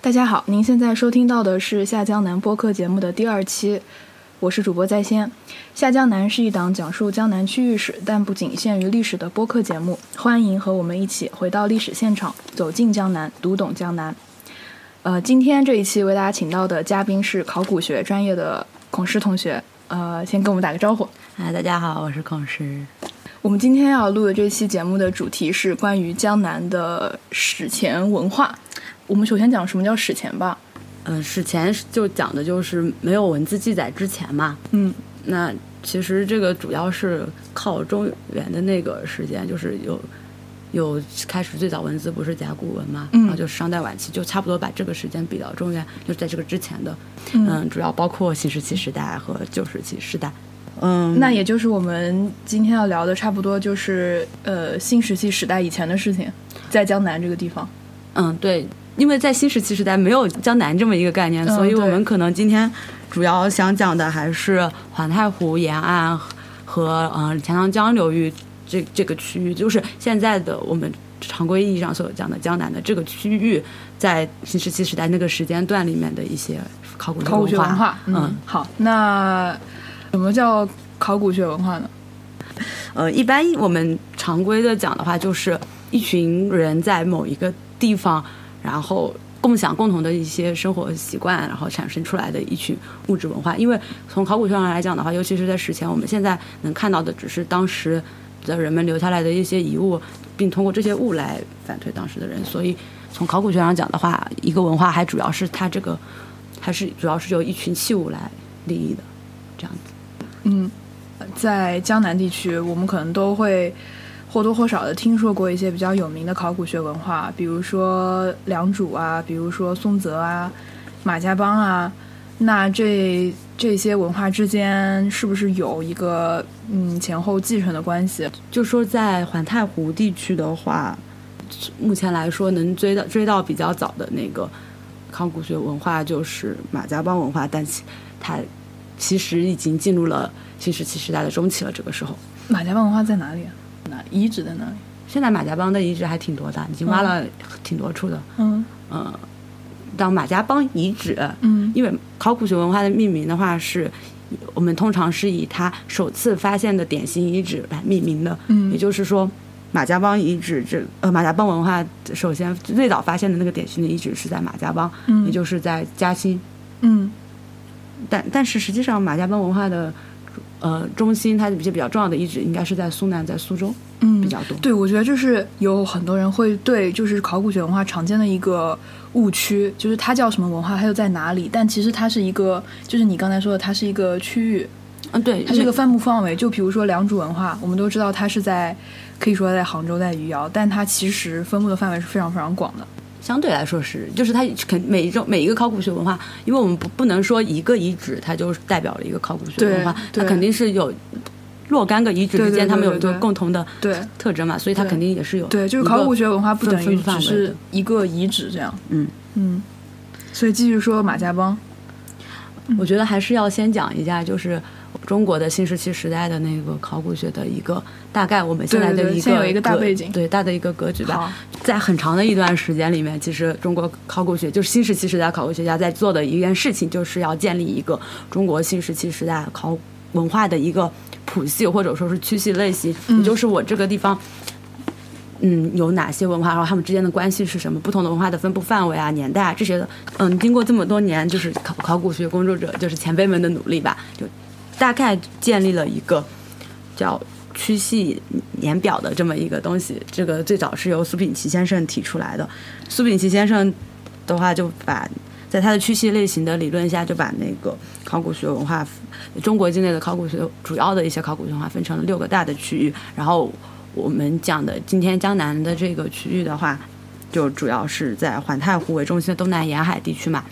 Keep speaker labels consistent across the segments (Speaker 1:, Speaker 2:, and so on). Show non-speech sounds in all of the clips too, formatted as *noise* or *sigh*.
Speaker 1: 大家好，您现在收听到的是《下江南》播客节目的第二期，我是主播在先。《下江南》是一档讲述江南区域史，但不仅限于历史的播客节目，欢迎和我们一起回到历史现场，走进江南，读懂江南。呃，今天这一期为大家请到的嘉宾是考古学专业的孔师同学，呃，先跟我们打个招呼。
Speaker 2: 嗨，大家好，我是孔师。
Speaker 1: 我们今天要录的这期节目的主题是关于江南的史前文化。我们首先讲什么叫史前吧。
Speaker 2: 嗯、呃，史前就讲的就是没有文字记载之前嘛。
Speaker 1: 嗯，
Speaker 2: 那其实这个主要是靠中原的那个时间，就是有有开始最早文字不是甲骨文嘛，
Speaker 1: 嗯
Speaker 2: 然后就是商代晚期，就差不多把这个时间比到中原，就是在这个之前的，
Speaker 1: 嗯
Speaker 2: 嗯，主要包括新石器时代和旧石器时代。嗯，
Speaker 1: 那也就是我们今天要聊的，差不多就是呃新石器时代以前的事情，在江南这个地方。
Speaker 2: 嗯，对，因为在新石器时代没有江南这么一个概念，
Speaker 1: 嗯
Speaker 2: 所以我
Speaker 1: 对
Speaker 2: 们可能今天主要想讲的还是环太湖沿岸和嗯、呃钱塘江流域这这个区域，就是现在的我们常规意义上所讲的江南的这个区域，在新石器时代那个时间段里面的一些考古学
Speaker 1: 考古学文化，
Speaker 2: 嗯，
Speaker 1: 好，那什么叫考古学文化呢？
Speaker 2: 呃，一般我们常规的讲的话，就是一群人在某一个地方，然后共享共同的一些生活习惯，然后产生出来的一群物质文化。因为从考古学上来讲的话，尤其是在史前，我们现在能看到的只是当时的人们留下来的一些遗物，并通过这些物来反推当时的人。所以从考古学上讲的话，一个文化还主要是它这个，还是主要是由一群器物来定义的，这样子。
Speaker 1: 嗯，在江南地区，我们可能都会或多或少的听说过一些比较有名的考古学文化，比如说良渚啊，比如说松泽啊，马家浜啊。那这这些文化之间是不是有一个嗯前后继承的关系？
Speaker 2: 就说在环太湖地区的话，目前来说能追到追到比较早的那个考古学文化就是马家浜文化，但其它其实已经进入了新石器时代的中期了。这个时候，
Speaker 1: 马家浜文化在哪里啊？哪遗址在哪里？
Speaker 2: 现在马家浜的遗址还挺多的，已经挖了挺多处的。
Speaker 1: 嗯
Speaker 2: 嗯，到马家浜遗址，
Speaker 1: 嗯
Speaker 2: 因为考古学文化的命名的话是，我们通常是以它首次发现的典型遗址来命名的。
Speaker 1: 嗯
Speaker 2: 也就是说，马家浜遗址这呃马家浜文化，首先最早发现的那个典型的遗址是在马家浜，
Speaker 1: 嗯
Speaker 2: 也就是在嘉兴。
Speaker 1: 嗯
Speaker 2: 但但是实际上，马家浜文化的呃中心，它的一些比较重要的遗址应该是在苏南，在苏州
Speaker 1: 嗯
Speaker 2: 比较多。
Speaker 1: 对，我觉得这是有很多人会对就是考古学文化常见的一个误区，就是它叫什么文化，它又在哪里？但其实它是一个，就是你刚才说的，它是一个区域，
Speaker 2: 嗯，对，
Speaker 1: 它是一
Speaker 2: 因
Speaker 1: 个
Speaker 2: 为
Speaker 1: 分布范围。就比如说良渚文化，我们都知道它是在可以说在杭州、在余姚，但它其实分布的范围是非常非常广的。
Speaker 2: 相对来说是，就是它肯每一种每一个考古学文化，因为我们不不能说一个遗址它就是代表了一个考古学
Speaker 1: 对
Speaker 2: 文化，它
Speaker 1: 对
Speaker 2: 肯定是有若干个遗址
Speaker 1: 对
Speaker 2: 之
Speaker 1: 对
Speaker 2: 间，
Speaker 1: 对
Speaker 2: 它们有
Speaker 1: 对
Speaker 2: 一个
Speaker 1: 对
Speaker 2: 共同的
Speaker 1: 对
Speaker 2: 特征嘛，所以它
Speaker 1: 对
Speaker 2: 肯定也是有
Speaker 1: 对，就是
Speaker 2: 一
Speaker 1: 考
Speaker 2: 个
Speaker 1: 古学文化不
Speaker 2: 分
Speaker 1: 等于
Speaker 2: 分
Speaker 1: 只
Speaker 2: 范围
Speaker 1: 是
Speaker 2: 的
Speaker 1: 一个遗址这样。
Speaker 2: 嗯。
Speaker 1: 嗯，所以继续说马家浜。嗯
Speaker 2: 我觉得还是要先讲一下，就是中国的新石器时代的那个考古学的一个大概，我们现在
Speaker 1: 对
Speaker 2: 的
Speaker 1: 对
Speaker 2: 一个
Speaker 1: 先有一个大
Speaker 2: 格
Speaker 1: 背景
Speaker 2: 对大的一个格局吧
Speaker 1: 好。
Speaker 2: 在很长的一段时间里面，其实中国考古学就是新石器时代考古学家在做的一件事情，就是要建立一个中国新石器时代考文化的一个谱系，或者说是区系类型，也就是我这个地方。嗯，有哪些文化，然后他们之间的关系是什么？不同的文化的分布范围啊、年代啊这些的，嗯，经过这么多年，就是考考古学工作者，就是前辈们的努力吧，就大概建立了一个叫区系年表的这么一个东西。这个最早是由苏秉琦先生提出来的。苏秉琦先生的话，就把在他的区系类型的理论下，就把那个考古学文化，中国境内的考古学主要的一些考古学文化分成了六个大的区域。然后我们讲的今天江南的这个区域的话，就主要是在环太湖为中心的东南沿海地区嘛。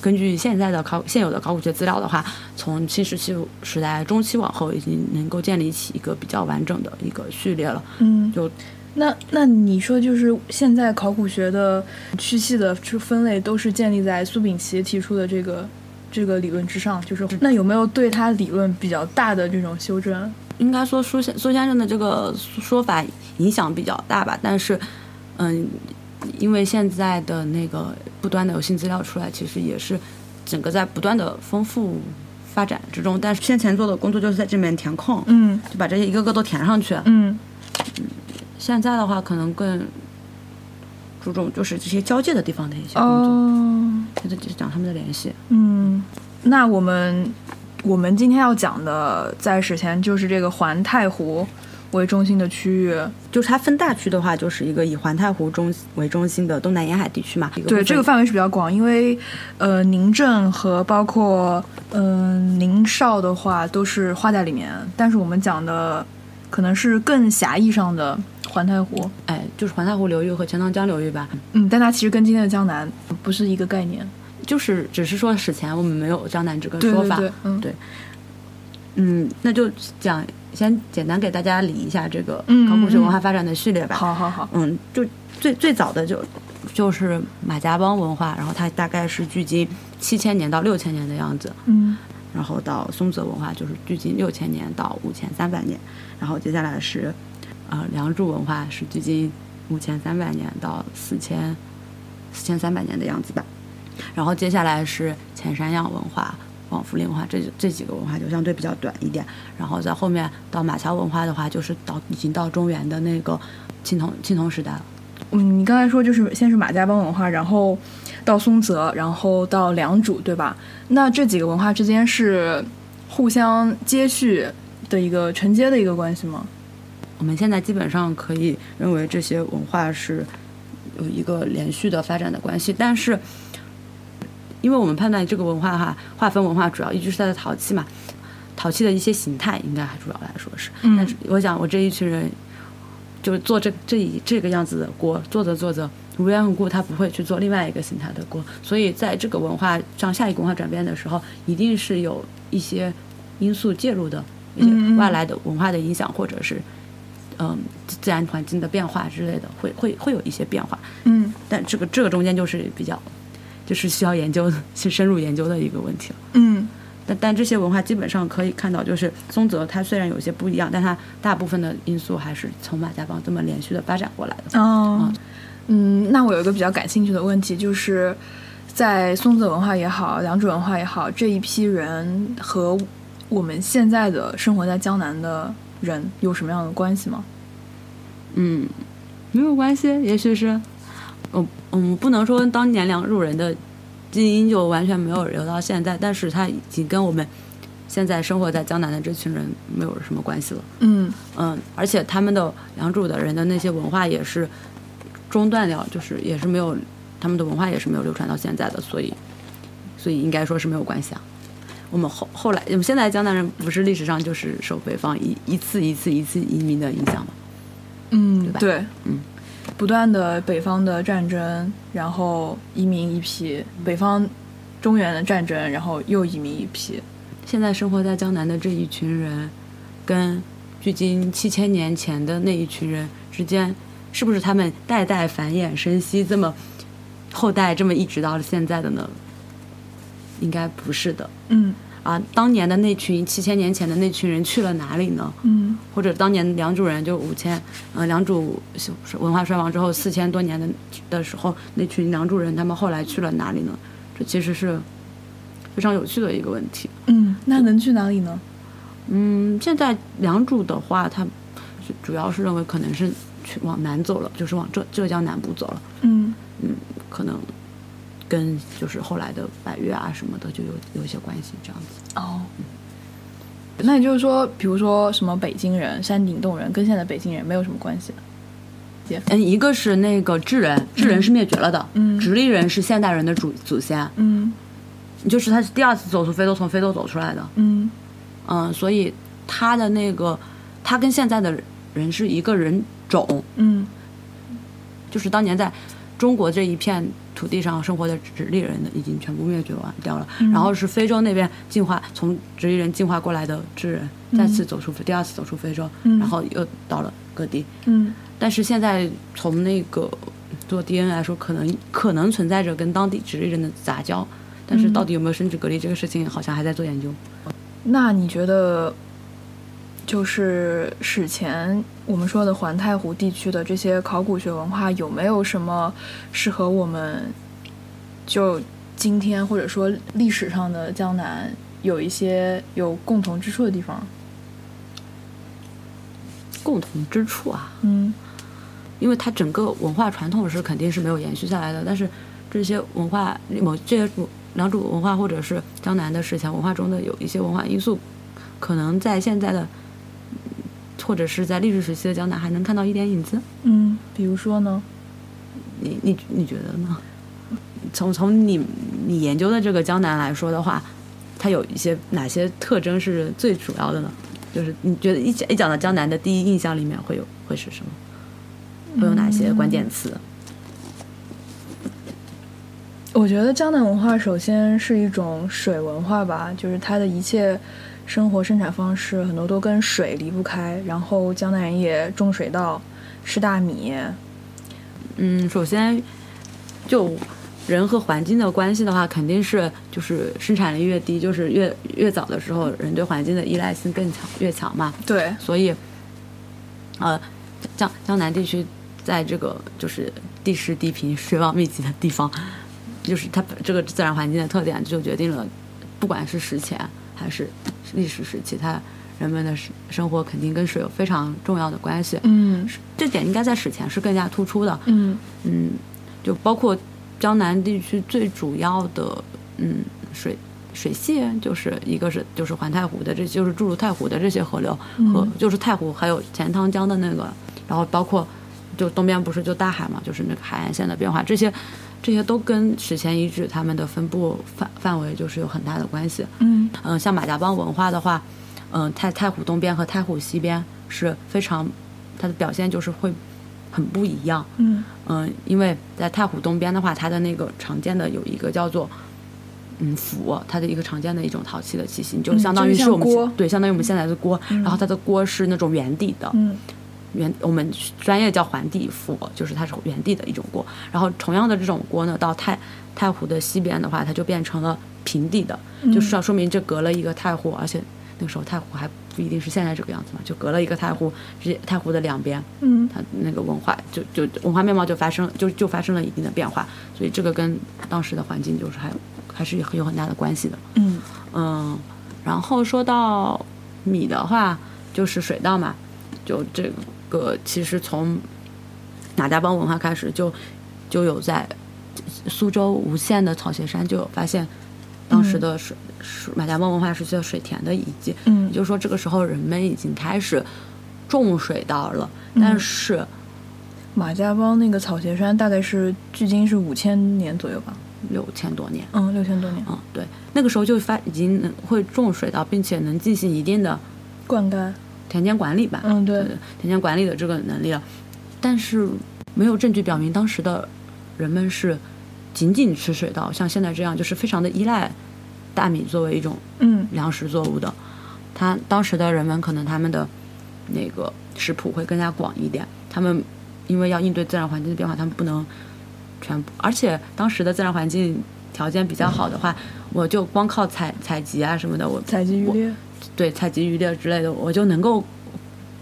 Speaker 2: 根据现在的考现有的考古学资料的话，从新石器时代中期往后，已经能够建立起一个比较完整的一个序列了。
Speaker 1: 嗯，
Speaker 2: 就
Speaker 1: 那那你说，就是现在考古学的区系的这分类都是建立在苏秉琦提出的这个这个理论之上，就是那有没有对他理论比较大的这种修正？
Speaker 2: 应该说苏先苏先生的这个说法影响比较大吧，但是，嗯，因为现在的那个不断的有新资料出来，其实也是整个在不断的丰富发展之中。但是先前做的工作就是在这里面填空，
Speaker 1: 嗯
Speaker 2: 就把这些一个个都填上去。
Speaker 1: 嗯
Speaker 2: 现在的话，可能更注重就是这些交界的地方的一些工作，
Speaker 1: 哦
Speaker 2: 现在就是讲他们的联系。
Speaker 1: 嗯，那我们我们今天要讲的，在史前就是这个环太湖为中心的区域。
Speaker 2: 就是它分大区的话，就是一个以环太湖中为中心的东南沿海地区嘛。一部
Speaker 1: 对，
Speaker 2: 分
Speaker 1: 这个范围是比较广，因为呃，宁镇和包括嗯、呃宁绍的话都是划在里面，但是我们讲的可能是更狭义上的环太湖。
Speaker 2: 哎，就是环太湖流域和钱塘江流域吧，
Speaker 1: 嗯，但它其实跟今天的江南不是一个概念。
Speaker 2: 就是只是说史前我们没有江南这个
Speaker 1: 对
Speaker 2: 说
Speaker 1: 对
Speaker 2: 法。
Speaker 1: 对，嗯，
Speaker 2: 对嗯，那就讲先简单给大家理一下这个
Speaker 1: 嗯
Speaker 2: 考古学
Speaker 1: 嗯嗯
Speaker 2: 文化发展的序列吧。
Speaker 1: 好好好，
Speaker 2: 嗯，就最最早的就就是马家浜文化，然后它大概是距今七千年到六千年的样子，
Speaker 1: 嗯
Speaker 2: 然后到松泽文化就是距今六千年到五千三百年，然后接下来是呃梁祝文化是距今五千三百年到四千四千三百年的样子吧，然后接下来是前山样文化。广福林文化这这几个文化就相对比较短一点，然后在后面到马桥文化的话，就是到已经到中原的那个青铜青铜时代了。
Speaker 1: 嗯，你刚才说就是先是马家浜文化，然后到松泽，然后到良渚，对吧？那这几个文化之间是互相接续的一个承接的一个关系吗？
Speaker 2: 我们现在基本上可以认为这些文化是有一个连续的发展的关系，但是，因为我们判断这个文化哈划分文化主要依据是它的陶器嘛，陶器的一些形态应该还主要来说是，
Speaker 1: 嗯
Speaker 2: 但是我想我这一群人就是做这这一这个样子的锅，做着做着。无缘无故，他不会去做另外一个形态的锅，所以在这个文化向下一个文化转变的时候，一定是有一些因素介入的，一
Speaker 1: 嗯嗯
Speaker 2: 些外来的文化的影响，或者是嗯自然环境的变化之类的，会会会有一些变化。
Speaker 1: 嗯
Speaker 2: 但这个这个中间就是比较，就是需要研究、去深入研究的一个问题了。
Speaker 1: 嗯
Speaker 2: 但但这些文化基本上可以看到，就是松泽它虽然有些不一样，但它大部分的因素还是从马家浜这么连续的发展过来的。
Speaker 1: 哦，嗯，那我有一个比较感兴趣的问题，就是在松泽文化也好，良渚文化也好，这一批人和我们现在的生活在江南的人有什么样的关系吗？
Speaker 2: 嗯，没有关系，也许是，嗯嗯，不能说当年梁祝人的基因就完全没有留到现在，但是他已经跟我们现在生活在江南的这群人没有什么关系了。
Speaker 1: 嗯
Speaker 2: 嗯，而且他们的良渚的人的那些文化也是中断掉，就是也是没有他们的文化也是没有流传到现在的，所以所以应该说是没有关系啊。我们后后来，我们现在江南人不是历史上就是受北方一一次一次一次移民的影响吗？
Speaker 1: 嗯，
Speaker 2: 对吧
Speaker 1: 对，
Speaker 2: 嗯，
Speaker 1: 不断的北方的战争，然后移民一批，北方中原的战争，然后又移民一批。
Speaker 2: 现在生活在江南的这一群人，跟距今七千年前的那一群人之间，是不是他们代代繁衍生息，这么后代这么一直到现在的呢？应该不是的
Speaker 1: 嗯
Speaker 2: 啊！当年的那群七千年前的那群人去了哪里呢？
Speaker 1: 嗯
Speaker 2: 或者当年良渚人就五千，呃，良渚文化衰亡之后四千多年的的时候，那群良渚人他们后来去了哪里呢？这其实是非常有趣的一个问题。
Speaker 1: 嗯，那能去哪里呢？
Speaker 2: 嗯，现在良渚的话，它主主要是认为可能是去往南走了，就是往浙浙江南部走了，
Speaker 1: 嗯
Speaker 2: 可能跟就是后来的百越啊什么的就有有一些关系，这样子。
Speaker 1: 哦，那也就是说，比如说什么北京人、山顶洞人，跟现在北京人没有什么关系。
Speaker 2: 嗯，一个是那个智人，智人是灭绝了的，
Speaker 1: 嗯
Speaker 2: 直立人是现代人的祖祖先，
Speaker 1: 嗯
Speaker 2: 就是他是第二次走出非洲，从非洲走出来的，
Speaker 1: 嗯
Speaker 2: 嗯，所以他的那个他跟现在的人是一个人种，
Speaker 1: 嗯
Speaker 2: 就是当年在中国这一片土地上生活的直立人的已经全部灭绝完掉了，
Speaker 1: 嗯
Speaker 2: 然后是非洲那边进化从直立人进化过来的智人，
Speaker 1: 嗯
Speaker 2: 再次走出第二次走出非洲，
Speaker 1: 嗯
Speaker 2: 然后又到了各地。
Speaker 1: 嗯
Speaker 2: 但是现在从那个做 DNA 来说，可能可能存在着跟当地直立人的杂交，但是
Speaker 1: 嗯
Speaker 2: 到底有没有生殖隔离这个事情，好像还在做研究。
Speaker 1: 那你觉得，就是史前我们说的环太湖地区的这些考古学文化有没有什么适合我们就今天或者说历史上的江南有一些有共同之处的地方？
Speaker 2: 共同之处啊，
Speaker 1: 嗯
Speaker 2: 因为它整个文化传统是肯定是没有延续下来的，但是这些文化某这些良渚文化或者是江南的史前文化中的有一些文化因素，可能在现在的嗯或者是在历史时期的江南还能看到一点影子。
Speaker 1: 嗯，比如说呢？
Speaker 2: 你你你觉得呢？从从你你研究的这个江南来说的话，它有一些哪些特征是最主要的呢？就是你觉得一讲一讲到江南的第一印象里面会有会是什么？会有哪些关键词？
Speaker 1: 我觉得江南文化首先是一种水文化吧，就是它的一切生活生产方式很多都跟水离不开。然后江南人也种水稻、吃大米，
Speaker 2: 嗯，首先就人和环境的关系的话，肯定是就是生产力越低，就是越越早的时候，人对环境的依赖性更强越强嘛。
Speaker 1: 对，
Speaker 2: 所以，呃，江江南地区在这个就是地势低平、 *laughs* 水网密集的地方，就是它本这个自然环境的特点，就决定了不管是史前还是历史时期，它人们的生生活肯定跟水有非常重要的关系。
Speaker 1: 嗯
Speaker 2: 这点应该在史前是更加突出的。
Speaker 1: 嗯
Speaker 2: 嗯，就包括江南地区最主要的嗯水水系，就是一个是就是环太湖的，这就是注入太湖的这些河流
Speaker 1: 嗯
Speaker 2: 和、就是太湖，还有钱塘江的那个，然后包括就东边不是就大海嘛，就是那个海岸线的变化，这些这些都跟史前遗址它们的分布范范围就是有很大的关系。
Speaker 1: 嗯
Speaker 2: 嗯，像马家浜文化的话，嗯，太太湖东边和太湖西边是非常它的表现就是会很不一样。
Speaker 1: 嗯
Speaker 2: 嗯，因为在太湖东边的话，它的那个常见的有一个叫做嗯釜，它的一个常见的一种陶器的器型，就
Speaker 1: 嗯
Speaker 2: 相当
Speaker 1: 就
Speaker 2: 于
Speaker 1: 是
Speaker 2: 是我
Speaker 1: 像
Speaker 2: 们现、
Speaker 1: 锅
Speaker 2: 对，相当于我们现在的锅，然后它的锅是那种圆底的，
Speaker 1: 嗯
Speaker 2: 圆我们专业叫环地釜，就是它是原地的一种锅。然后同样的这种锅呢，到太太湖的西边的话，它就变成了平地的，
Speaker 1: 嗯
Speaker 2: 就是要说明这隔了一个太湖，而且那个时候太湖还不一定是现在这个样子嘛，就隔了一个太湖，直接太湖的两边，
Speaker 1: 嗯
Speaker 2: 它那个文化就就文化面貌就发生就就发生了一定的变化，所以这个跟当时的环境就是还有还是有很有很大的关系的。
Speaker 1: 嗯
Speaker 2: 嗯，然后说到米的话，就是水稻嘛，就这个其实从马家浜文化开始就就有在苏州吴县的草鞋山就有发现当时的水、水马家浜文化时期的水田的遗迹，也
Speaker 1: 嗯
Speaker 2: 就是说这个时候人们已经开始种水稻了，但是。
Speaker 1: 马家浜那个草鞋山大概是距今是五千年左右吧，
Speaker 2: 六千多年，
Speaker 1: 嗯，六千多年，
Speaker 2: 嗯，对，那个时候就发已经能会种水稻，并且能进行一定的
Speaker 1: 灌溉，
Speaker 2: 田间管理吧，
Speaker 1: 嗯对
Speaker 2: 对，田间管理的这个能力了，但是没有证据表明当时的人们是仅仅吃水稻，像现在这样就是非常的依赖大米作为一种
Speaker 1: 嗯
Speaker 2: 粮食作物的。他当时的人们可能他们的那个食谱会更加广一点，他们因为要应对自然环境的变化，他们不能全部，而且当时的自然环境条件比较好的话，我就光靠采采集啊什么的，我
Speaker 1: 采集渔
Speaker 2: 我
Speaker 1: 猎，
Speaker 2: 对采集渔猎之类的，我就能够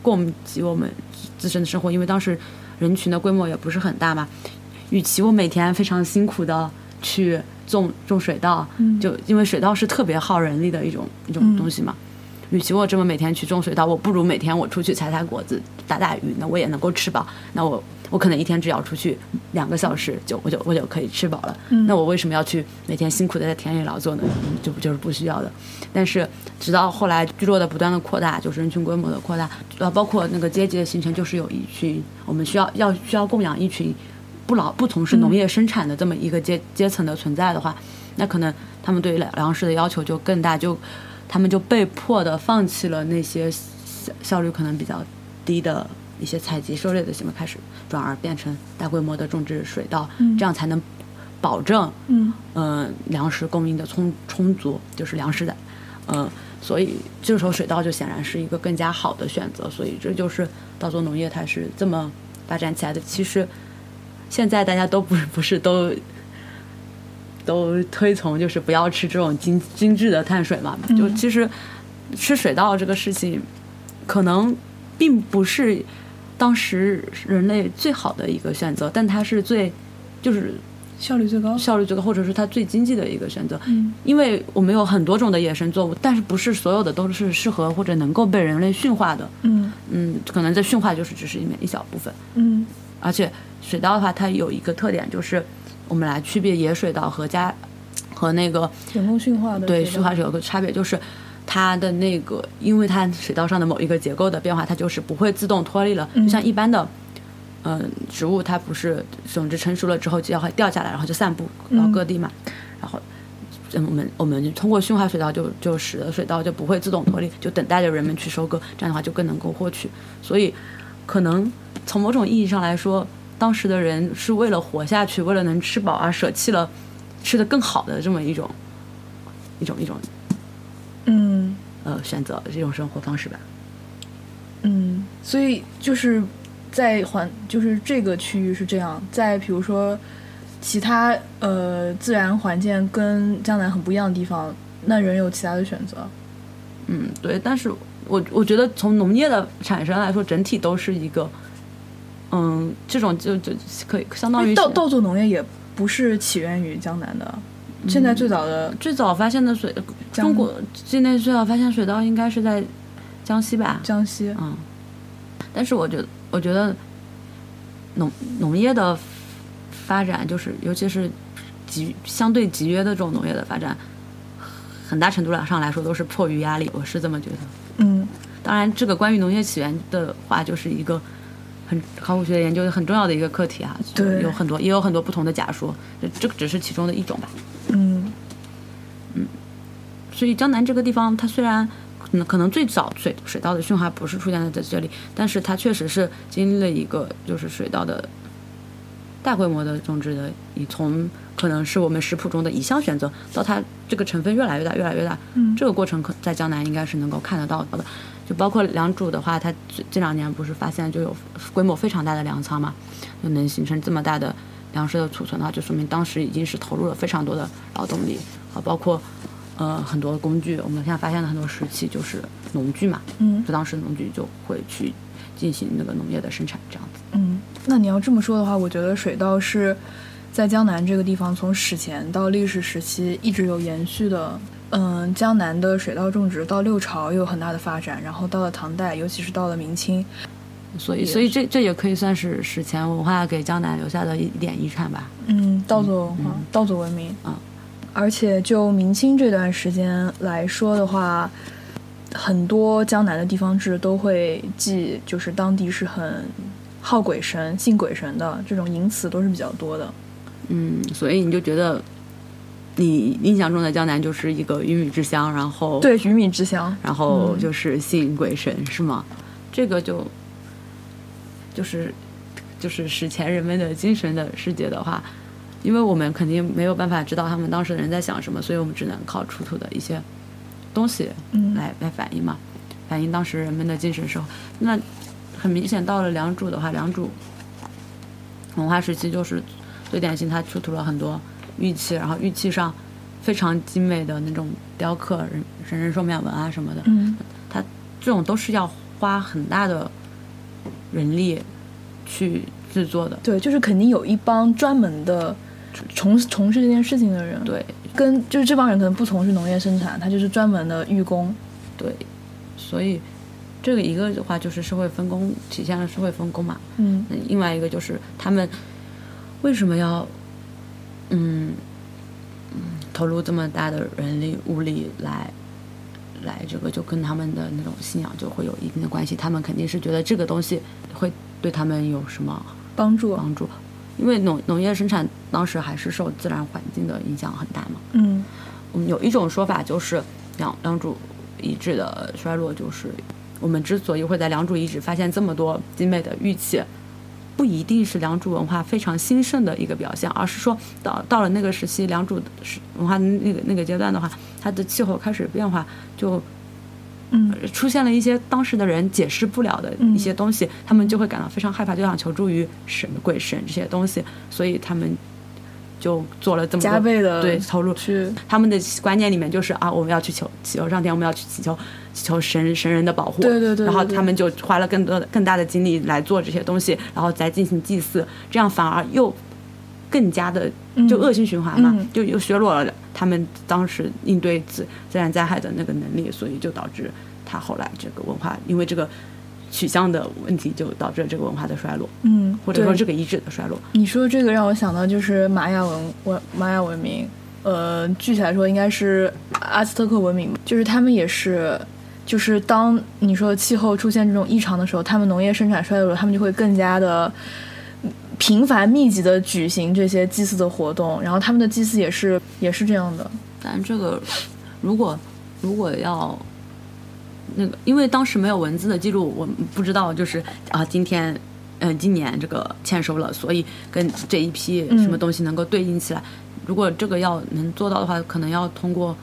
Speaker 2: 供给我们自身的生活，因为当时人群的规模也不是很大嘛。与其我每天非常辛苦的去种种水稻，
Speaker 1: 嗯
Speaker 2: 就因为水稻是特别耗人力的一种一种
Speaker 1: 嗯
Speaker 2: 东西嘛。与其我这么每天去种水稻，我不如每天我出去采采果子、打打鱼，那我也能够吃饱。那我我可能一天只要出去两个小时，就我就我就可以吃饱了。
Speaker 1: 嗯
Speaker 2: 那我为什么要去每天辛苦的在田里劳作呢？嗯就就是不需要的。但是直到后来聚落的不断的扩大，就是人群规模的扩大，呃，包括那个阶级的形成，就是有一群我们需要要需要供养一群不劳不从事农业生产的这么一个阶、阶层的存在的话，那可能他们对于粮粮食的要求就更大，就他们就被迫的放弃了那些效效率可能比较低的一些采集狩猎的行为，开始转而变成大规模的种植水稻，
Speaker 1: 嗯
Speaker 2: 这样才能保证
Speaker 1: 嗯
Speaker 2: 嗯，粮食供应的充充足，就是粮食的，嗯，所以这时候水稻就显然是一个更加好的选择，所以这就是稻作农业它是这么发展起来的。其实现在大家都不是不是都都推崇就是不要吃这种精精致的碳水嘛，就
Speaker 1: 嗯
Speaker 2: 其实吃水稻这个事情可能并不是当时人类最好的一个选择，但它是最就是
Speaker 1: 效率最高。
Speaker 2: 效率最高，或者是它最经济的一个选择。
Speaker 1: 嗯
Speaker 2: 因为我们有很多种的野生作物，但是不是所有的都是适合或者能够被人类驯化的。
Speaker 1: 嗯
Speaker 2: 嗯，可能在驯化就是只是一面一小部分。
Speaker 1: 嗯
Speaker 2: 而且水稻的话，它有一个特点就是，我们来区别野水稻和家和那个
Speaker 1: 人工驯化的
Speaker 2: 对
Speaker 1: 水
Speaker 2: 驯
Speaker 1: 稻
Speaker 2: 化是有个差别，就是它的那个，因为它水稻上的某一个结构的变化，它就是不会自动脱离了，
Speaker 1: 嗯
Speaker 2: 就像一般的。嗯，植物它不是种子成熟了之后就要掉下来，然后就散布到
Speaker 1: 嗯
Speaker 2: 各地嘛。然后，嗯我们我们就通过驯化水稻就，就使得水稻就不会自动脱离，就等待着人们去收割。这样的话就更能够获取。所以，可能从某种意义上来说，当时的人是为了活下去，为了能吃饱而舍弃了吃的更好的这么一种一种一种
Speaker 1: 嗯
Speaker 2: 呃选择这种生活方式吧。
Speaker 1: 嗯，所以就是在环就是这个区域是这样，在比如说其他呃自然环境跟江南很不一样的地方，那人有其他的选择。
Speaker 2: 嗯，对。但是我我觉得从农业的产生来说，整体都是一个嗯，这种就就可以相
Speaker 1: 因
Speaker 2: 当
Speaker 1: 为
Speaker 2: 于
Speaker 1: 稻
Speaker 2: 是
Speaker 1: 稻作农业也不是起源于江南的，现在最早的
Speaker 2: 最早发现的水，
Speaker 1: 江
Speaker 2: 中国境内最早发现水稻应该是在江西吧？
Speaker 1: 江西，
Speaker 2: 嗯，但是我觉得，我觉得农农业的发展，就是尤其是集相对集约的这种农业的发展，很大程度上来说都是迫于压力，我是这么觉得。
Speaker 1: 嗯
Speaker 2: 当然，这个关于农业起源的话，就是一个很考古学研究很重要的一个课题啊。
Speaker 1: 对
Speaker 2: 有很多也有很多不同的假说，这这个只是其中的一种吧。
Speaker 1: 嗯
Speaker 2: 所以江南这个地方，它虽然可能可能最早水水稻的驯化不是出现在在这里，但是它确实是经历了一个就是水稻的大规模的种植的，以从可能是我们食谱中的一项选择，到它这个成分越来越大，越来越大，
Speaker 1: 嗯
Speaker 2: 这个过程可在江南应该是能够看得到的。就包括良渚的话，它这这两年不是发现就有规模非常大的粮仓嘛，就能形成这么大的粮食的储存的话，就说明当时已经是投入了非常多的劳动力啊，包括呃很多工具，我们现在发现了很多石器就是农具嘛，
Speaker 1: 嗯
Speaker 2: 就当时农具就会去进行那个农业的生产这样子。
Speaker 1: 嗯。那你要这么说的话，我觉得水稻是在江南这个地方从史前到历史时期一直有延续的。嗯，江南的水稻种植到六朝又有很大的发展，然后到了唐代，尤其是到了明清，
Speaker 2: 所以，所以这这也可以算是史前文化给江南留下的一点遗产吧。
Speaker 1: 嗯，稻作文化、
Speaker 2: 嗯
Speaker 1: 稻作文明
Speaker 2: 啊。
Speaker 1: 而且就明清这段时间来说的话，很多江南的地方志都会记，就是当地是很好鬼神、信鬼神的这种淫词都是比较多的。
Speaker 2: 嗯，所以你就觉得，你印象中的江南就是一个鱼米之乡，然后，
Speaker 1: 对，鱼米之乡，
Speaker 2: 然后
Speaker 1: 嗯
Speaker 2: 就是信鬼神、是吗？这个就，就是，就是史前人们的精神的世界的话，因为我们肯定没有办法知道他们当时的人在想什么，所以我们只能靠出土的一些东西
Speaker 1: 嗯
Speaker 2: 来来反映嘛，反映当时人们的精神生活。那很明显，到了良渚的话，良渚文化时期就是最典型，它出土了很多玉器，然后玉器上非常精美的那种雕刻、人神人兽面纹啊什么的，
Speaker 1: 嗯
Speaker 2: 它这种都是要花很大的人力去制作的。
Speaker 1: 对，就是肯定有一帮专门的从从事这件事情的人，，
Speaker 2: 对，
Speaker 1: 跟就是这帮人可能不从事农业生产，他就是专门的育工，
Speaker 2: 对，所以这个一个的话就是社会分工体现了社会分工嘛，
Speaker 1: 嗯
Speaker 2: 嗯另外一个就是他们为什么要嗯嗯投入这么大的人力物力来来这个，就跟他们的那种信仰就会有一定的关系，他们肯定是觉得这个东西会对他们有什么
Speaker 1: 帮助，
Speaker 2: 帮助。因为农农业生产当时还是受自然环境的影响很大嘛，
Speaker 1: 嗯
Speaker 2: 嗯，有一种说法就是良良渚遗址的衰落，就是我们之所以会在良渚遗址发现这么多精美的玉器，不一定是良渚文化非常兴盛的一个表现，而是说到到了那个时期，良渚的时文化那个那个阶段的话，它的气候开始变化，就
Speaker 1: 嗯
Speaker 2: 出现了一些当时的人解释不了的一些东西，他们就会感到非常害怕，就想求助于神、鬼神这些东西，所以他们就做了这么多
Speaker 1: 加倍的
Speaker 2: 对投入。
Speaker 1: 去
Speaker 2: 他们的观念里面就是啊，我们要去求祈求上天，我们要去祈求祈求神神人的保护。
Speaker 1: 对对对对
Speaker 2: 然后
Speaker 1: 对
Speaker 2: 他们就花了更多的更大的精力来做这些东西，然后再进行祭祀，这样反而又更加的就恶性循环嘛，
Speaker 1: 嗯
Speaker 2: 就又削弱了他们当时应对自自然灾害的那个能力，所以就导致他后来这个文化因为这个取向的问题，就导致了这个文化的衰落，
Speaker 1: 嗯，
Speaker 2: 或者说
Speaker 1: 对
Speaker 2: 这个遗址的衰落。
Speaker 1: 你说这个让我想到就是玛雅文文玛雅文明，呃，具体来说应该是阿兹特克文明吧，就是他们也是，就是当你说气候出现这种异常的时候，他们农业生产衰落了，他们就会更加的频繁密集的举行这些祭祀的活动，然后他们的祭祀也是也是这样的，
Speaker 2: 但这个如果如果要那个，因为当时没有文字的记录，我们不知道就是啊，今天嗯、呃今年这个欠收了，所以跟这一批
Speaker 1: 嗯
Speaker 2: 什么东西能够对应起来。如果这个要能做到的话，可能要通过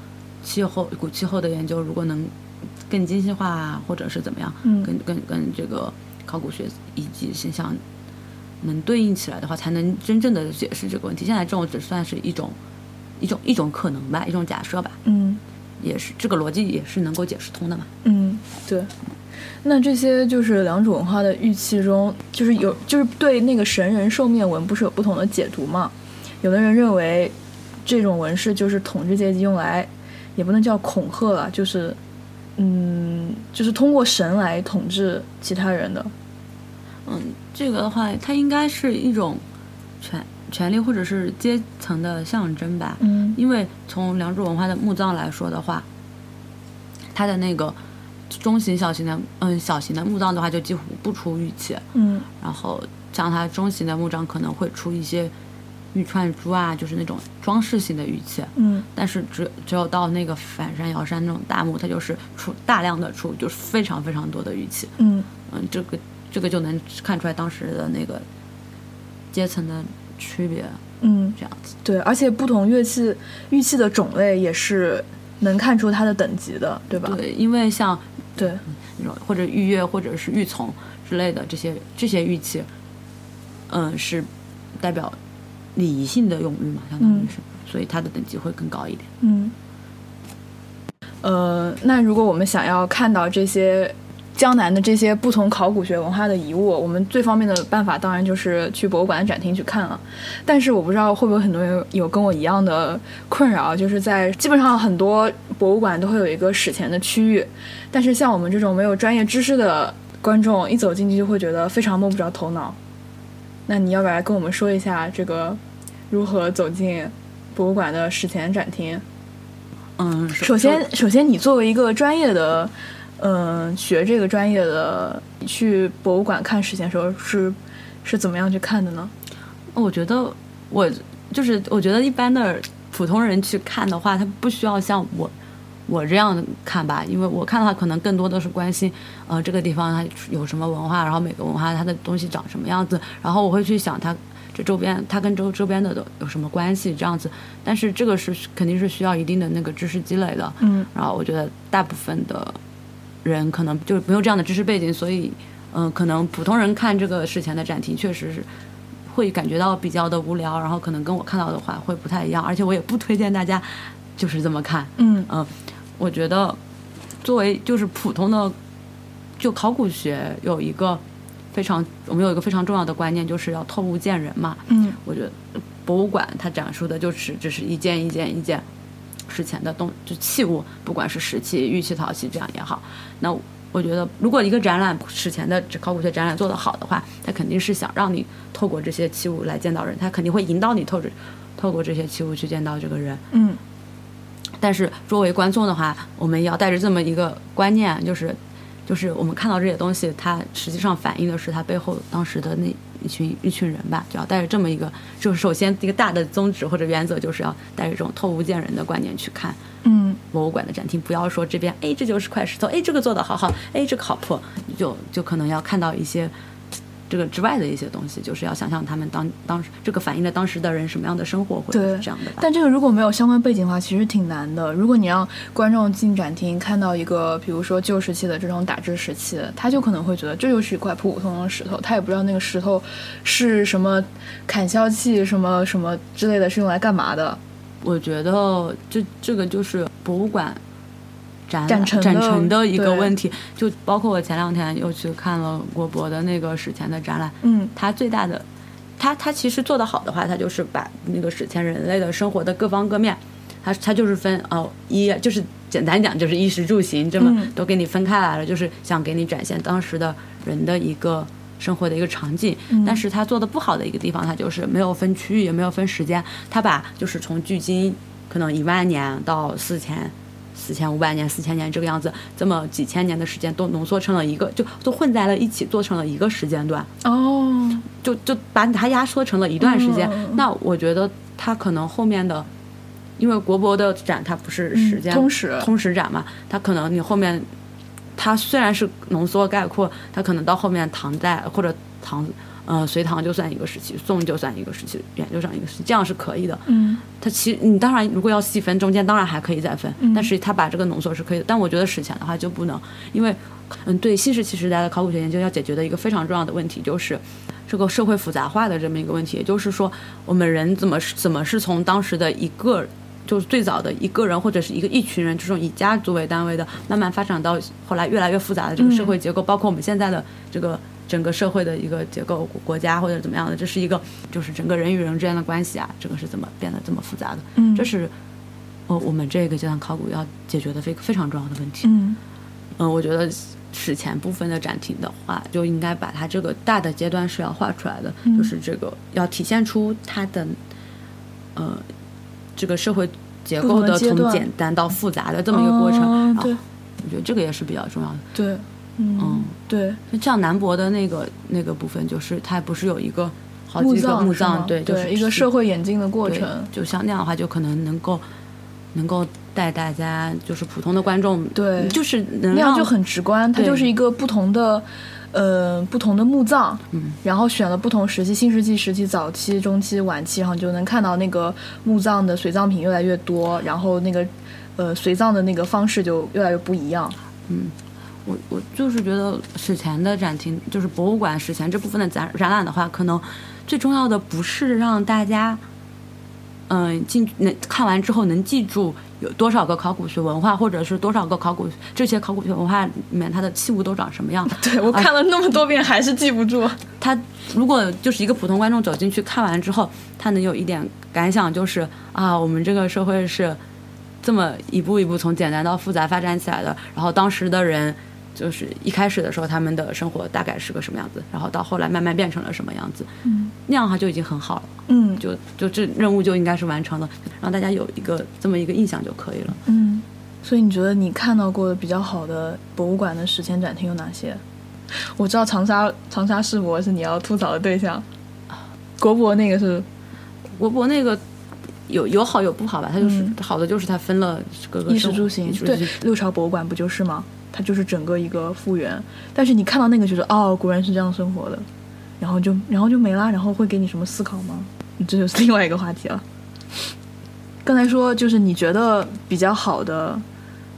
Speaker 2: 气候古气候的研究，如果能更精细化啊或者是怎么样，
Speaker 1: 嗯
Speaker 2: 跟跟跟这个考古学以及现象能对应起来的话，才能真正的解释这个问题。现在这种只算是一种一种一种可能吧，一种假设吧，
Speaker 1: 嗯。
Speaker 2: 也是这个逻辑也是能够解释通的嘛。
Speaker 1: 嗯，对。那这些就是两种文化的预期中，就是有就是对那个神人兽面纹不是有不同的解读嘛？有的人认为这种纹饰就是统治阶级用来，也不能叫恐吓了，就是嗯，就是通过神来统治其他人的。
Speaker 2: 嗯，这个的话，它应该是一种权权力或者是阶层的象征吧。
Speaker 1: 嗯
Speaker 2: 因为从良渚文化的墓葬来说的话，它的那个中型、小型的，嗯，小型的墓葬的话，就几乎不出玉器。
Speaker 1: 嗯
Speaker 2: 然后像它中型的墓葬可能会出一些玉串珠啊，就是那种装饰性的玉器。
Speaker 1: 嗯
Speaker 2: 但是只只有到那个反山瑶山那种大墓，它就是出大量的出，就是非常非常多的玉器。
Speaker 1: 嗯
Speaker 2: 嗯，这个这个就能看出来当时的那个阶层的区别，
Speaker 1: 嗯，
Speaker 2: 这样子。
Speaker 1: 对，而且不同乐器玉器的种类也是能看出它的等级的，对吧？
Speaker 2: 对，因为像
Speaker 1: 对，
Speaker 2: 那种或者玉钺或者是玉琮之类的这些这些玉器，嗯，是代表礼仪性的用玉嘛，相当于
Speaker 1: 嗯
Speaker 2: 是，所以它的等级会更高一点。
Speaker 1: 嗯，呃，那如果我们想要看到这些江南的这些不同考古学文化的遗物，我们最方便的办法当然就是去博物馆的展厅去看了。但是我不知道会不会很多人有跟我一样的困扰，啊就是在基本上很多博物馆都会有一个史前的区域，但是像我们这种没有专业知识的观众，一走进去就会觉得非常摸不着头脑。那你要不要来跟我们说一下这个如何走进博物馆的史前展厅？
Speaker 2: 嗯，
Speaker 1: 首先，首先你作为一个专业的，嗯、学这个专业的，你去博物馆看史前时候是是怎么样去看的呢？
Speaker 2: 我觉得我就是我觉得一般的普通人去看的话，他不需要像我我这样看吧，因为我看的话，可能更多的是关心呃这个地方它有什么文化，然后每个文化它的东西长什么样子，然后我会去想它。这周边，它跟周周边的都有什么关系？这样子，但是这个是肯定是需要一定的那个知识积累的。
Speaker 1: 嗯
Speaker 2: 然后我觉得大部分的人可能就是没有这样的知识背景，所以嗯、呃可能普通人看这个事前的展厅确实是会感觉到比较的无聊，然后可能跟我看到的话会不太一样，而且我也不推荐大家 *laughs* 就是这么看。
Speaker 1: 嗯
Speaker 2: 嗯、我觉得作为就是普通的就考古学有一个非常我们有一个非常重要的观念，就是要透物见人嘛。
Speaker 1: 嗯
Speaker 2: 我觉得博物馆它展示的就是只是一件一件一件史前的东就器物，不管是石器、玉器、陶器这样也好，那我觉得如果一个展览史前的考古学展览做得好的话，它肯定是想让你透过这些器物来见到人，它肯定会引导你透着透过这些器物去见到这个人。
Speaker 1: 嗯
Speaker 2: 但是作为观众的话，我们也要带着这么一个观念，就是就是我们看到这些东西，它实际上反映的是它背后当时的那一群一群人吧，就要带着这么一个，就是首先一个大的宗旨或者原则，就是要带着这种透物见人的观念去看
Speaker 1: 嗯
Speaker 2: 博物馆的展厅，不要说这边哎这就是块石头，哎这个做的好好，哎这个好破，你就就可能要看到一些这个之外的一些东西，就是要想象他们当当时这个反映了当时的人什么样的生活，或者
Speaker 1: 对
Speaker 2: 是这样的吧。
Speaker 1: 但这个如果没有相关背景的话，其实挺难的。如果你让观众进展厅看到一个，比如说旧时期的这种打制时期，他就可能会觉得这就是一块普普通通的石头，他也不知道那个石头是什么砍削器、什么什么之类的，是用来干嘛的。
Speaker 2: 我觉得这这个就是博物馆展
Speaker 1: 展陈的
Speaker 2: 展陈的一个
Speaker 1: 对
Speaker 2: 问题，就包括我前两天又去看了国博的那个史前的展览，
Speaker 1: 嗯，
Speaker 2: 它最大的，它它其实做得好的话，它就是把那个史前人类的生活的各方各面，它它就是分哦衣就是简单讲就是衣食住行这么
Speaker 1: 嗯
Speaker 2: 都给你分开来了，就是想给你展现当时的人的一个。生活的一个场景，但是它做的不好的一个地方，它就是没有分区域，也没有分时间，它把就是从距今可能一万年到四千、四千五百年、四千年这个样子，这么几千年的时间都浓缩成了一个，就都混在了一起，做成了一个时间段。
Speaker 1: 哦，
Speaker 2: 就就把它压缩成了一段时间。
Speaker 1: 嗯
Speaker 2: 那我觉得它可能后面的，因为国博的展它不是时间、
Speaker 1: 嗯通识
Speaker 2: 通识展嘛，它可能你后面，它虽然是浓缩概括，它可能到后面唐代或者唐。呃，隋唐就算一个时期，宋就算一个时期，元就算一个时期，这样是可以的。
Speaker 1: 嗯，
Speaker 2: 它其实你当然如果要细分，中间当然还可以再分，
Speaker 1: 嗯
Speaker 2: 但是它把这个浓缩是可以的。但我觉得史前的话就不能，因为嗯，对新石器时代的考古学研究要解决的一个非常重要的问题就是。这个社会复杂化的这么一个问题，也就是说，我们人怎么是怎么是从当时的一个，就是最早的一个人或者是一个一群人这种以家族为单位的，慢慢发展到后来越来越复杂的这个社会结构，包括我们现在的这个整个社会的一个结构，国国家或者怎么样的，这是一个就是整个人与人之间的关系啊，这个是怎么变得这么复杂的？
Speaker 1: 嗯
Speaker 2: 这是呃我们这个阶段考古要解决的非非常重要的问题。
Speaker 1: 嗯
Speaker 2: 嗯，我觉得史前部分的展厅的话，就应该把它这个大的阶段是要画出来的，
Speaker 1: 嗯
Speaker 2: 就是这个要体现出它的呃这个社会结
Speaker 1: 不同
Speaker 2: 构
Speaker 1: 的
Speaker 2: 的
Speaker 1: 阶
Speaker 2: 从
Speaker 1: 段
Speaker 2: 简单到复杂的这么一个过程。啊
Speaker 1: 哦
Speaker 2: 然后
Speaker 1: 对
Speaker 2: 我觉得这个也是比较重要的。
Speaker 1: 对，嗯
Speaker 2: 嗯
Speaker 1: 对，
Speaker 2: 就像南博的那个那个部分，就是它不是有一个好
Speaker 1: 墓
Speaker 2: 几个
Speaker 1: 葬
Speaker 2: 墓
Speaker 1: 是吗
Speaker 2: 葬，对，就是
Speaker 1: 对一个社会演进的过
Speaker 2: 对
Speaker 1: 程，
Speaker 2: 就像那样的话，就可能能够能够带大家，就是普通的观众，
Speaker 1: 对
Speaker 2: 就是能
Speaker 1: 那样
Speaker 2: 让
Speaker 1: 就很直观，它
Speaker 2: 对
Speaker 1: 就是一个不同的，呃，不同的墓葬，
Speaker 2: 嗯
Speaker 1: 然后选了不同时期，新石器时期、早期、中期、晚期，然后你就能看到那个墓葬的随葬品越来越多，然后那个，呃，随葬的那个方式就越来越不一样。 *laughs*
Speaker 2: 我我就是觉得史前的展厅，就是博物馆史前这部分的展展览的话，可能最重要的不是让大家，嗯、进能看完之后能记住有多少个考古学文化，或者是多少个考古这些考古学文化里面它的器物都长什么样。
Speaker 1: 对我看了那么多遍还是记不住。
Speaker 2: 他如果就是一个普通观众走进去看完之后，他能有一点感想，就是啊，我们这个社会是这么一步一步从简单到复杂发展起来的。然后当时的人就是一开始的时候，他们的生活大概是个什么样子，然后到后来慢慢变成了什么样子，
Speaker 1: 嗯
Speaker 2: 那样的话就已经很好了。
Speaker 1: 嗯
Speaker 2: 就就这任务就应该是完成了，让大家有一个这么一个印象就可以了。
Speaker 1: 嗯，所以你觉得你看到过的比较好的博物馆的史前展厅有哪些？我知道长沙长沙世博是你要吐槽的对象，国博那个是
Speaker 2: 国博那个。有有好有不好吧，它就是、
Speaker 1: 嗯
Speaker 2: 好的就是它分了各个
Speaker 1: 衣食
Speaker 2: 生活
Speaker 1: 住行
Speaker 2: 衣，食住
Speaker 1: 对
Speaker 2: 行，
Speaker 1: 六朝博物馆不就是吗？它就是整个一个复原，但是你看到那个觉得哦，果然是这样生活的，然后就然后就没啦，然后会给你什么思考吗？这就是另外一个话题了。刚才说就是你觉得比较好的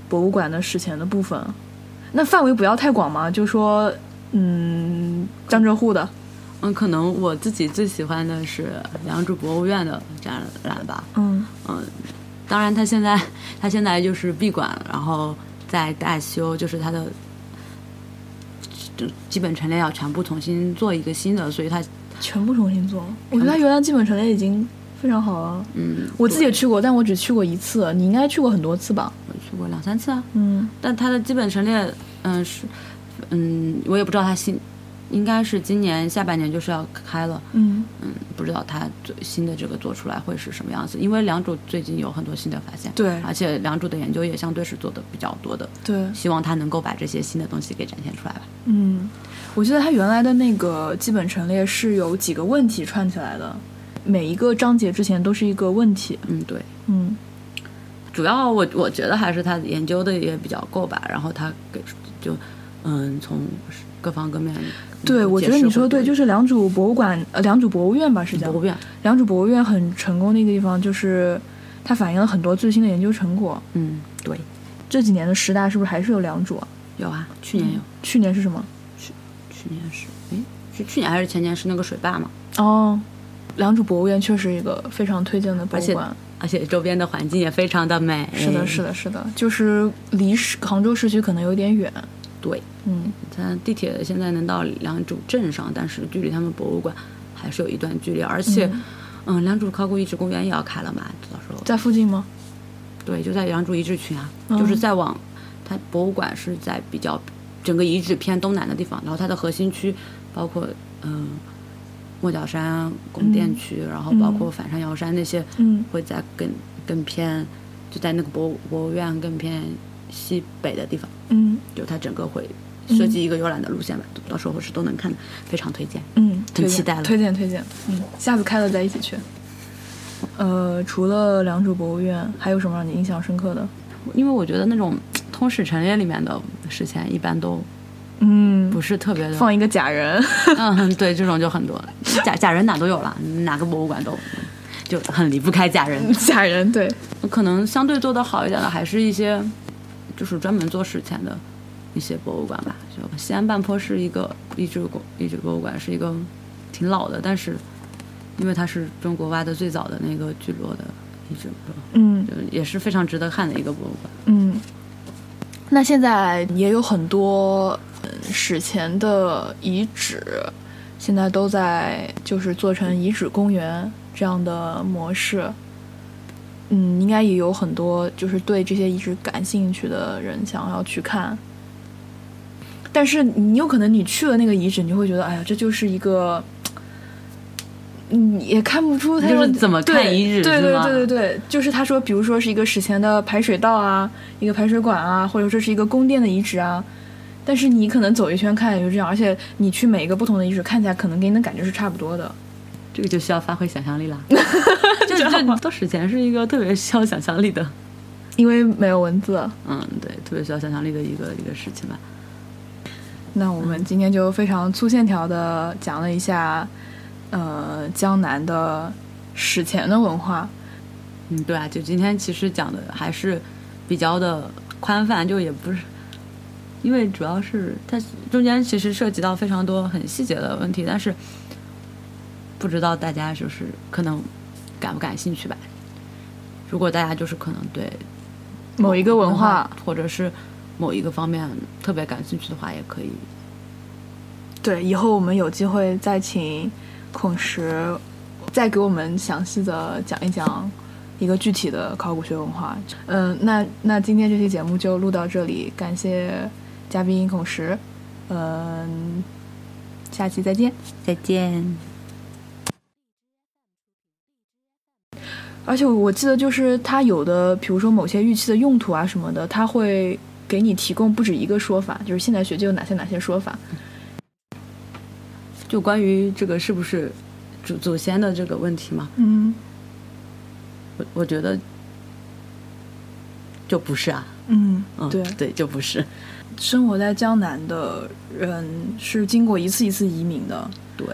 Speaker 1: 博物馆的史前的部分，那范围不要太广嘛，就说嗯，江浙沪的，
Speaker 2: 嗯，可能我自己最喜欢的是良渚博物院的展览吧。
Speaker 1: 嗯
Speaker 2: 嗯，当然，它现在它现在就是闭馆，然后在大修，就是它的就基本陈列要全部重新做一个新的，所以它
Speaker 1: 全部重新做。嗯我觉得它原来基本陈列已经非常好了。
Speaker 2: 嗯，
Speaker 1: 我自己也去过，但我只去过一次，你应该去过很多次吧？
Speaker 2: 我去过两三次啊，
Speaker 1: 嗯
Speaker 2: 但它的基本陈列，嗯、是，嗯，我也不知道它新，应该是今年下半年就是要开了。
Speaker 1: 嗯
Speaker 2: 嗯，不知道它最新的这个做出来会是什么样子，因为良渚最近有很多新的发现，
Speaker 1: 对
Speaker 2: 而且良渚的研究也相对是做的比较多的，，
Speaker 1: 对，
Speaker 2: 希望它能够把这些新的东西给展现出来吧。
Speaker 1: 嗯，我记得它原来的那个基本陈列是有几个问题串起来的，每一个章节之前都是一个问题。
Speaker 2: 嗯，对，
Speaker 1: 嗯
Speaker 2: 主要我我觉得还是他研究的也比较够吧，然后他给就嗯、嗯，从各方各面。嗯
Speaker 1: 对，我觉得你说的对，就是嗯良渚博物馆，呃，良渚博物院吧，是叫
Speaker 2: 博物院。
Speaker 1: 良渚博物院很成功的一个地方，就是它反映了很多最新的研究成果。
Speaker 2: 嗯，对，
Speaker 1: 这几年的十大是不是还是有良渚啊？
Speaker 2: 有啊，去年有，
Speaker 1: 去年是什么？
Speaker 2: 去年是，哎，是去年还是前年是那个水坝嘛？
Speaker 1: 哦，良渚博物院确实一个非常推荐的博
Speaker 2: 而
Speaker 1: 物
Speaker 2: 且
Speaker 1: 馆。
Speaker 2: 而且周边的环境也非常的美。
Speaker 1: 是的，
Speaker 2: 呃
Speaker 1: 是的，是的，就是离市杭州市区可能有点远。
Speaker 2: 对，
Speaker 1: 嗯，
Speaker 2: 它地铁现在能到良渚镇上，但是距离他们博物馆还是有一段距离，而且，嗯，良渚考古遗址公园也要开了嘛，到时候
Speaker 1: 在附近吗？
Speaker 2: 对，就在良渚遗址群啊，
Speaker 1: 嗯
Speaker 2: 就是再往它博物馆是在比较整个遗址偏东南的地方，然后它的核心区包括嗯莫角山宫殿区，然后包括反山瑶山那些，
Speaker 1: 嗯
Speaker 2: 会在更更偏就在那个博物博物院更偏西北的地方，
Speaker 1: 嗯
Speaker 2: 就它整个会设计一个游览的路线吧，到时候是都能看的，非常推荐。
Speaker 1: 嗯，推荐
Speaker 2: 期待了
Speaker 1: 推荐推荐。嗯，下次开了再一起去。呃，除了良渚博物院，还有什么让你印象深刻的？
Speaker 2: 因为我觉得那种通史陈列里面的事情一般都
Speaker 1: 嗯，
Speaker 2: 不是特别的，
Speaker 1: 放一个假人。 *laughs*
Speaker 2: 嗯，对，这种就很多，假假人哪都有了，哪个博物馆都就很离不开假人。
Speaker 1: 假人对，
Speaker 2: 可能相对做的好一点的，还是一些就是专门做史前的一些博物馆吧。就西安半坡是一个遗址博遗址博物馆，是一个挺老的，但是因为它是中国挖的最早的那个聚落的遗址，
Speaker 1: 嗯
Speaker 2: 就也是非常值得看的一个博物馆。
Speaker 1: 嗯。那现在也有很多嗯史前的遗址，现在都在就是做成遗址公园这样的模式。嗯，应该也有很多就是对这些遗址感兴趣的人想要去看。但是你有可能你去了那个遗址，你就会觉得，哎呀，这就是一个，嗯，也看不出它有
Speaker 2: 就是怎么看
Speaker 1: 对
Speaker 2: 遗址
Speaker 1: 对
Speaker 2: 是
Speaker 1: 对
Speaker 2: 吗
Speaker 1: 对对对，就是他说，比如说是一个史前的排水道啊，一个排水管啊，或者说是一个宫殿的遗址啊。但是你可能走一圈看也就这样，而且你去每一个不同的遗址看起来，可能给你的感觉是差不多的。
Speaker 2: 这个就需要发挥想象力啦。就就做史前是一个特别需要想象力的，
Speaker 1: 因为没有文字。
Speaker 2: 嗯，对，特别需要想象力的一个一个事情吧。
Speaker 1: 那我们今天就非常粗线条的讲了一下，呃，江南的史前的文化。
Speaker 2: 嗯，对啊，就今天其实讲的还是比较的宽泛，就也不是，因为主要是它中间其实涉及到非常多很细节的问题，但是不知道大家就是可能感不感兴趣吧。如果大家就是可能对
Speaker 1: 某一个文化，
Speaker 2: 或者是某一个方面特别感兴趣的话，也可以。
Speaker 1: 对，以后我们有机会再请孔石再给我们详细的讲一讲一个具体的考古学文化。嗯、那那今天这期节目就录到这里，感谢嘉宾孔石，嗯、下期再见。
Speaker 2: 再见。
Speaker 1: 而且我记得，就是它有的，比如说某些玉器的用途啊什么的，它会给你提供不止一个说法，就是现代学界有哪些哪些说法。
Speaker 2: 就关于这个是不是祖祖先的这个问题嘛，
Speaker 1: 嗯
Speaker 2: 我我觉得就不是啊。
Speaker 1: 嗯，
Speaker 2: 嗯，
Speaker 1: 对，
Speaker 2: 对，就不是。
Speaker 1: 生活在江南的人是经过一次一次移民的，
Speaker 2: 对，